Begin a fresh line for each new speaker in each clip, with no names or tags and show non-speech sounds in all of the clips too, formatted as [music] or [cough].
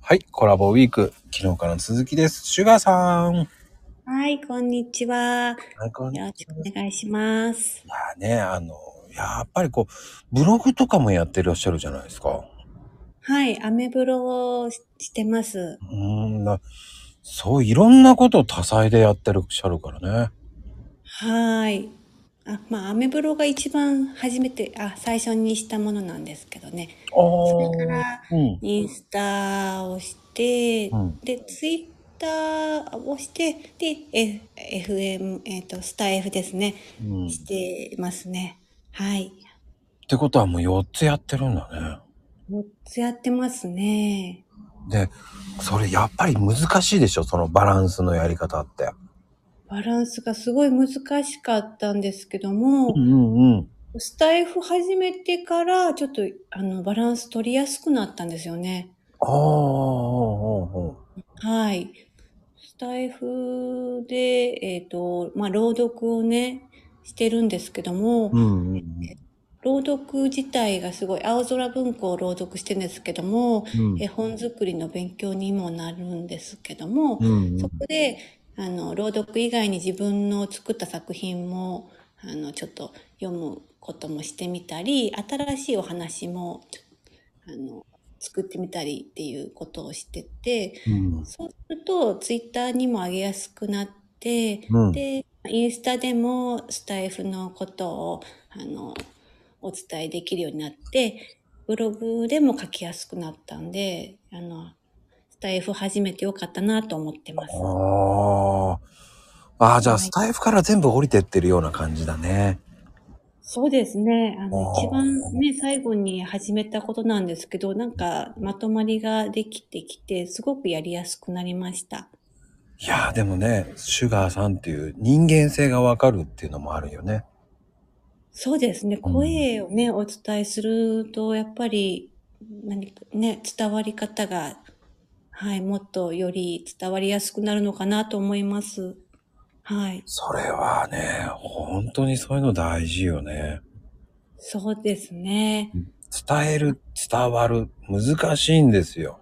はい、コラボウィーク、昨日からの続きです。シュガーさん。
はい、こんにちは。
はい、こんにち
よ
は
ろしくお願いします。
いやね、あの、やっぱりこう、ブログとかもやってらっしゃるじゃないですか。
はい、アメブロをししてます。
うーんな、そう、いろんなことを多彩でやってらっしゃるからね。
はい。あ、まあ、アメブロが一番初めて、あ、最初にしたものなんですけどね。
あー
れから
うん。
インスタをして、
うん
で、ツイッターをして、で、F、FM、えっ、と、スタイフですね。
うん。っ
してますね。はい。
てことはもう4つやってるんだ
4つやってますね。
ね。で、それやっぱり難しいでしょ、そのバランスのやり方って。
バランスがすごい難しかったんですけども、
んうん。
スタイフ始めてから、ちょっと、あの、バランス取りやすくなったんですよね。
ああ、うんうん
はい。スタイフで、えっ、と、まあ、朗読をね、してるんですけども、
うんうんうん
朗読自体がすごい、青空文庫を朗読してるんですけども、
うん
絵本作りの勉強にもなるんですけども、
うん
そこで、あの、朗読以外に自分の作った作品も、あの、ちょっと読むこともしてみたり、新しいお話も、ちょあの、作ってみたりっていうことをしてて、
うん
そうすると、ツイッターにも上げやすくなって、
うん
で、インスタでもスタイフのことを、あの、お伝えできるようになって、ブログでも書きやすくなったんで、あの、スタイフ始めてよかったなと思ってます。
ああ。ああ、じゃあ、
はい
スタイフから全部降りてってるような感じだね。
そうですね。あの、
あー
一番ね、最後に始めたことなんですけど、なんか、まとまりができてきて、すごくやりやすくなりました。
いやー、でもね、シュガーさんっていう人間性がわかるっていうのもあるよね。
そうですね。声をね、お伝えすると、やっぱり、何かね、伝わり方が、はい、もっとより伝わりやすくなるのかなと思います。はい。
それはね、本当にそういうの大事よね。
そうですね。
伝える、伝わる、難しいんですよ。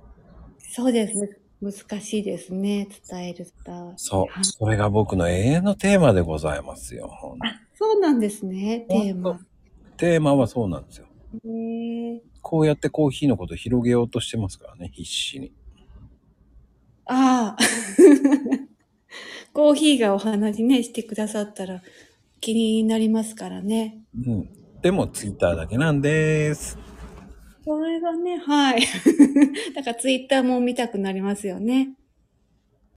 そうですね。難しいですね。伝える伝わ
そう。それが僕の永遠のテーマでございますよ。
そうなんですね、テーマ。
テーマはそうなんですよ。
へえ
こうやってコーヒーのことを広げようとしてますからね、必死に。
ああ。 [laughs] コーヒーがお話ね、してくださったら気になりますからね。
うん。でも、ツイッターだけなんです。
[laughs] それがね、はい。だからツイッターも見たくなりますよね。